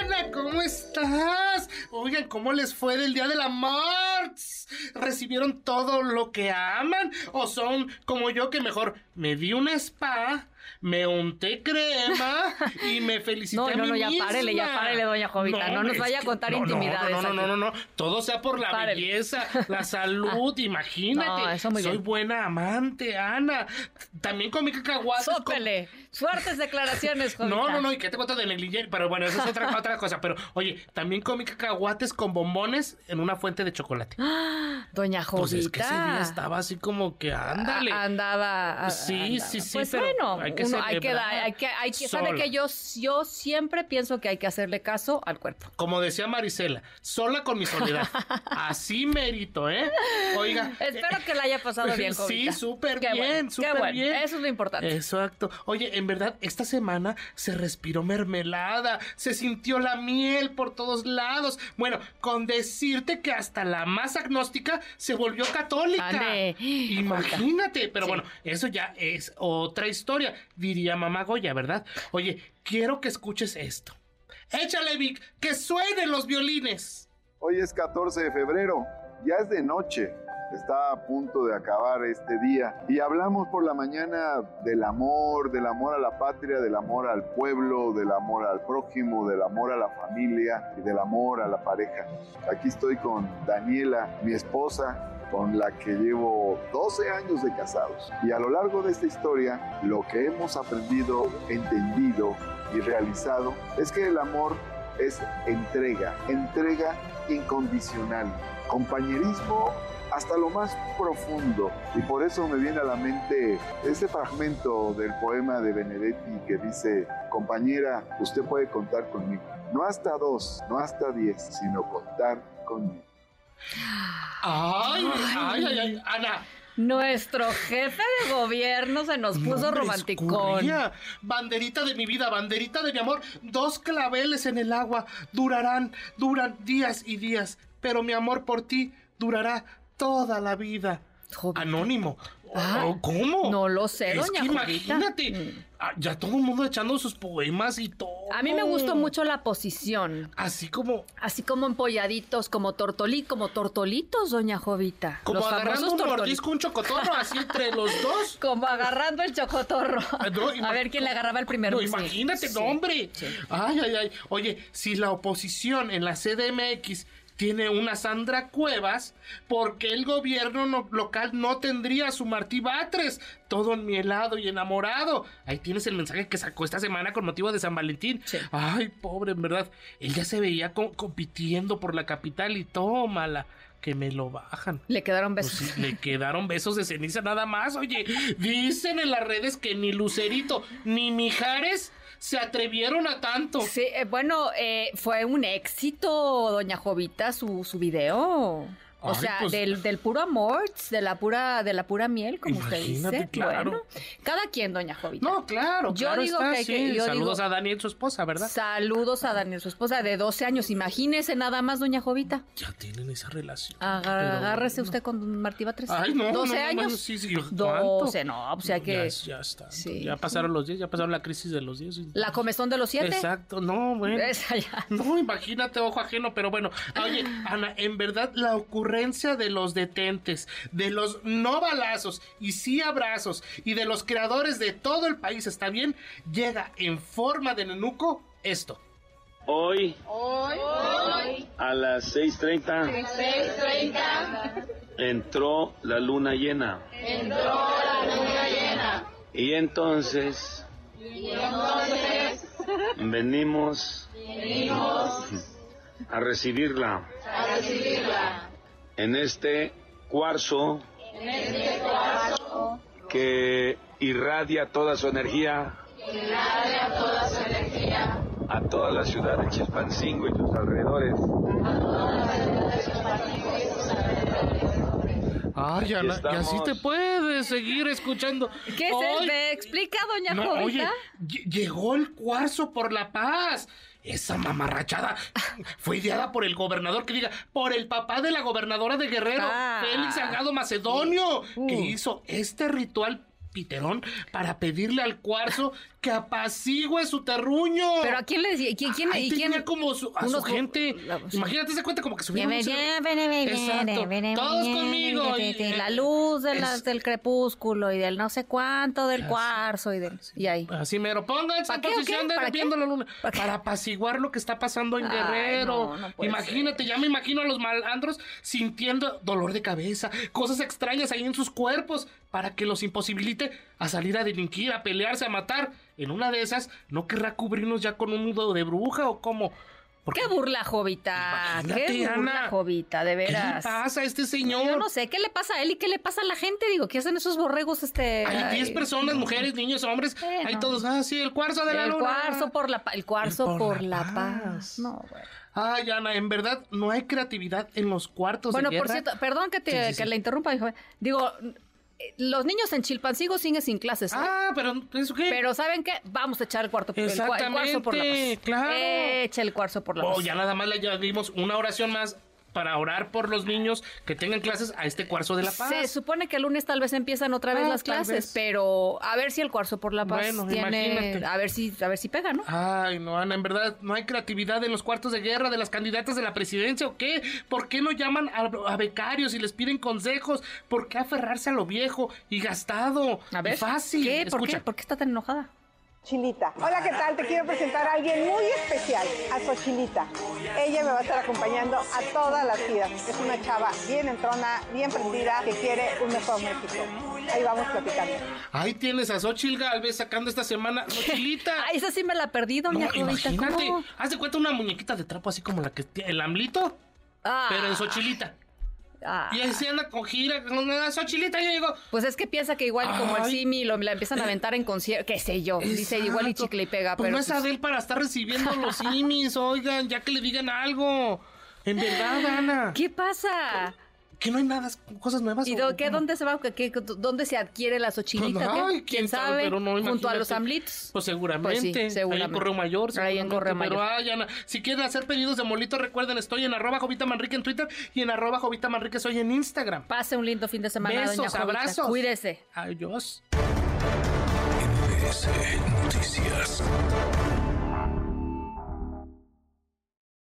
Ana, ¿cómo estás? Oigan, ¿cómo les fue del Día de la Marts? ¿Recibieron todo lo que aman? ¿O son como yo que mejor me di un spa, me unté crema y me felicité No, a no, mí no, ya misma? párele, ya párele, doña Jovita. No nos es vaya a que- contar no, no, intimidades No, no, no, aquí. no, no, no. Todo sea por la Párele. belleza, la salud, imagínate. No, eso muy Soy bien. buena amante, Ana. También comí cacahuates. con- Sópele. Suertes declaraciones, Jovita. No, no, no, ¿y qué te cuento de Negligen? Pero bueno, eso es otra, otra cosa. Pero oye, también comí cacahuates con bombones en una fuente de chocolate. Ah, Doña Jovita. Pues es que ese día estaba así como que ándale. A- andaba. a- Sí, andaba. sí, sí, Pues pero bueno, hay que uno hay que celebrar dar, hay que, hay que, sabe sola. que yo, yo siempre pienso que hay que hacerle caso al cuerpo. Como decía Marisela, sola con mi soledad. Así mérito, ¿eh? Oiga. Espero que la haya pasado bien, Sí, Jovita. súper Qué bien, bueno, qué súper bueno. bien. Eso es lo importante. Exacto. Oye, en verdad, esta semana se respiró mermelada, se sintió la miel por todos lados. Bueno, con decirte que hasta la más agnóstica se volvió católica. Ande. Imagínate, pero Sí. bueno, eso ya es otra historia, diría mamá Goya, ¿verdad? Oye, quiero que escuches esto. Échale, Vic, que suenen los violines. Hoy es 14 de febrero, ya es de noche, está a punto de acabar este día y hablamos por la mañana del amor, del amor a la patria, del amor al pueblo, del amor al prójimo, del amor a la familia y del amor a la pareja. Aquí estoy con Daniela, mi esposa con la que llevo 12 años de casados. Y a lo largo de esta historia, lo que hemos aprendido, entendido y realizado es que el amor es entrega, entrega incondicional, compañerismo hasta lo más profundo. Y por eso me viene a la mente este fragmento del poema de Benedetti que dice, compañera, usted puede contar conmigo. No hasta dos, no hasta diez, sino contar conmigo. Ay, ay, Ay. ay, ay, Ana. Nuestro jefe de gobierno se nos puso Hombre, romanticón. escurría. Banderita de mi vida, banderita de mi amor. Dos claveles en el agua durarán, duran días y días, pero mi amor por ti durará toda la vida. Jovita. Anónimo. Ah, Oh, ¿Cómo? no lo sé, Es doña que Jovita. imagínate, ah, ya todo el mundo echando sus poemas y todo. A mí me gustó mucho la posición. Así como, Así como empolladitos, como tortolí, como tortolitos, doña Jovita. como agarrando un tortolitos. mordisco, un chocotorro, así entre los dos. Como agarrando el chocotorro. Ah, no, a ima- ver quién le agarraba el primero. No, Sí, imagínate, sí, no, hombre. sí. Ay, ay, ay. Oye, si la oposición en la CDMX tiene una Sandra Cuevas, ¿por qué el gobierno no- local no tendría a su Martí Batres? Todo enmielado y enamorado. Ahí tienes el mensaje que sacó esta semana con motivo de San Valentín. Sí. Ay, pobre, en verdad. Él ya se veía co- compitiendo por la capital y tómala, que me lo bajan. Le quedaron Pues besos. sí, le quedaron besos de ceniza nada más, oye. Dicen en las redes que ni Lucerito ni Mijares se atrevieron a tanto. Sí, eh, bueno, eh, fue un éxito, doña Jovita, su, su video. O Ay, sea, pues- del, del puro amor, de la pura, de la pura miel, como usted Imagínate, dice. claro. Bueno, cada quien, doña Jovita. No, claro, Yo claro digo está, que hay sí. que- yo Saludos digo- a Daniel, su esposa, ¿verdad? Saludos a Daniel, su esposa de 12 años. Imagínese nada más, doña Jovita. Ya tienen esa relación. Agar- Pero agárrese bueno. usted con Martí Batres. Ay, no, 12 no, no, Pues, años. bueno, sí, sí, ¿cuánto? 12, no, o sea que. Ya, ya está. Sí. Ya pasaron los 10, ya pasaron la crisis de los 10. La comezón de los 7. Exacto, no, bueno. Esa ya. No, imagínate, ojo ajeno, pero bueno. Oye, Ana, en verdad la ocurrencia de los detentes, de los no balazos y sí abrazos y de los creadores de todo el país, está bien, llega en forma de nenuco esto. Hoy, a las 6.30 entró la luna llena. Y entonces, venimos, a recibirla. En este cuarzo, que irradia toda su energía a toda la ciudad de Chispancingo y sus alrededores. Ay, ya, Aquí la- ya sí estamos. te puedes seguir escuchando. ¿Qué es Hoy- el ¿Me explica, doña No, Jovita? oye, lle- llegó el cuarzo por la paz. Esa mamarrachada fue ideada por el gobernador, que diga, por el papá de la gobernadora de Guerrero, Ah. Félix Salgado Macedonio, Mm. que hizo este ritual piterón para pedirle al cuarzo que apacigüe su terruño. ¿Pero a quién le decía? ¿Y quién? quién, Ahí y quién- tenía como su, a su unos- gente. la- pues, Imagínate, se cuenta como que subieron. un cerro. Exacto. Todos conmigo. y- La luz de las- Es- del crepúsculo y del no sé cuánto, del cuarzo y del... Y ahí. Así mero, pónganse ¿Para en qué o posición qué? de ¿Para viendo qué? la luna. ¿Para qué? Para apaciguar lo que está pasando en Ay, Guerrero. no, no puede Imagínate, ya me imagino a los malandros sintiendo dolor de cabeza, cosas extrañas ahí en sus cuerpos, para que los imposibilite a salir a delinquir, a pelearse, a matar. En una de esas, ¿no querrá cubrirnos ya con un nudo de bruja o cómo? Porque, ¡Qué burla, Jovita! Imagínate, ¡Qué burla, Ana. Jovita! De ¿Qué le veras. pasa a este Yo señor? no sé, ¿qué le pasa a él y qué le pasa a la gente? Digo, ¿qué hacen esos borregos este...? Hay ay, 10 personas, mujeres, niños, hombres. Bueno. Hay todos. Ah, sí, el cuarzo de la El luna. cuarzo por la, pa- el cuarzo por por, la la, paz. paz. No, bueno. Ay, Ana, en verdad no hay creatividad en los cuartos Bueno, de por guerra. cierto, perdón que, te, Sí, sí, sí. que le interrumpa, mi joven. Digo, eh, los niños en Chilpancingo siguen sin clases. ¿eh? Ah, pero ¿eso qué? Pero ¿saben qué? Vamos a echar el cuarto el cua- el cuarzo por la Exactamente, paz. claro. Echa el cuarzo por la paz. Oh, ya nada más le añadimos una oración más para orar por los niños que tengan clases a este cuarzo de la paz. Se supone que el lunes tal vez empiezan otra vez Ah, las tal clases, vez. pero a ver si el cuarzo por la paz Bueno, tiene imagínate. a ver si a ver si pega, ¿no? Ay, no, Ana, en verdad, ¿no hay creatividad en los cuartos de guerra de las candidatas de la presidencia o qué? ¿Por qué no llaman a, a becarios y les piden consejos? ¿Por qué aferrarse a lo viejo y gastado? A ver. Y fácil. ¿Qué? ¿Por Escucha. qué? ¿Por qué está tan enojada? Chilita. Hola, ¿qué tal? Te quiero presentar a alguien muy especial, a Xochilita. Ella me va a estar acompañando a todas las giras. Es una chava bien entrona, bien prendida, que quiere un mejor México. Ahí vamos platicando. Ahí tienes a Xochil Galvez sacando esta semana. Xochilita. Ah, esa sí me la perdí, doña No, Jovita. imagínate. ¿Cómo? Haz de cuenta una muñequita de trapo así como la que tiene el AMLito, Ah, pero en Xochilita. ah. Y ahí se anda con gira, con una Xochilita, yo digo, Pues es que piensa que igual como el Ay. simi lo, la empiezan a aventar en concierto, qué sé yo, dice igual y "Exacto, chicle y pega, pues pero no es pues- Adel para estar recibiendo los simis, oigan, ya que le digan algo. En verdad, Ana, ¿Qué pasa? que no hay nada, cosas nuevas. ¿Y o- do- qué, dónde se va? ¿Qué- qué- ¿Dónde se adquiere la Pues, sochinita? ay, qué? quién sabe, pero no, junto a imagínate. los amlitos. Pues seguramente. Pues sí, Ahí en seguramente. Correo Mayor. Ahí en seguramente, Correo Pero Mayor. ay, Ana, si quieren hacer pedidos de molito, recuerden, estoy en arroba Jovita Manrique en Twitter y en arroba Jovita Manrique soy en Instagram. Pase un lindo fin de semana, doña Besos, Jovita. abrazos. Cuídese. Adiós. MBS Noticias.